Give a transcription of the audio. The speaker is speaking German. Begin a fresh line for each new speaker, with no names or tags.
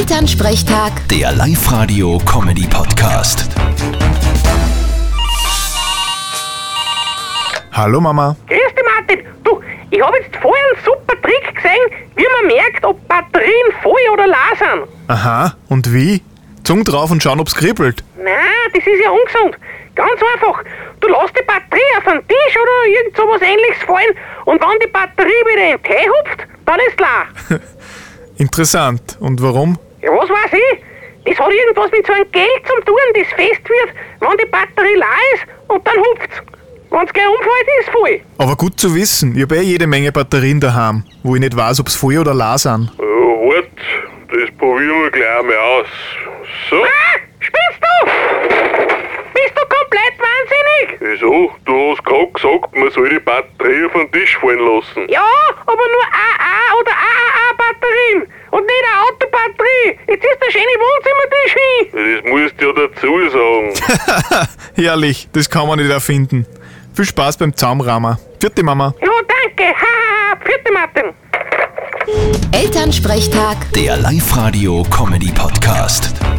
Elternsprechtag,
Der Live-Radio-Comedy-Podcast.
Hallo Mama.
Grüß dich, Martin. Du, ich habe jetzt vorher einen super Trick gesehen, wie man merkt, ob Batterien voll oder leer sind.
Aha, und wie? Zung drauf und schauen, ob's kribbelt.
Nein, das ist ja ungesund. Ganz einfach. Du lässt die Batterie auf den Tisch oder irgend sowas ähnliches fallen und wenn die Batterie wieder in den Tee hupft, dann ist leer.
Interessant. Und warum?
Ja, was weiß ich? Das hat irgendwas mit so einem Geld zum tun, das fest wird, wenn die Batterie leer ist und dann hupft's. Wenn's gleich umfällt, ist voll.
Aber gut zu wissen, ich habe eh jede Menge Batterien daheim, wo ich nicht weiß, ob's voll oder leer sind.
Ja, wart, das probieren wir gleich einmal aus. So,
Ah, spinnst du? Bist du komplett wahnsinnig?
wieso? also, Du hast gerade gesagt, man soll die Batterie auf den Tisch fallen lassen.
Ja, aber nur AA oder AAA-Batterien und nicht eine Autobatterie. Jetzt ist der schöne Wohnzimmertisch hin.
Das musst du ja dazu sagen.
Herrlich, das kann man nicht erfinden. Viel Spaß beim Zaumrahmen. Vierte Mama.
Ja, danke. Haha, vierte Martin.
Elternsprechtag.
Der Live-Radio-Comedy-Podcast.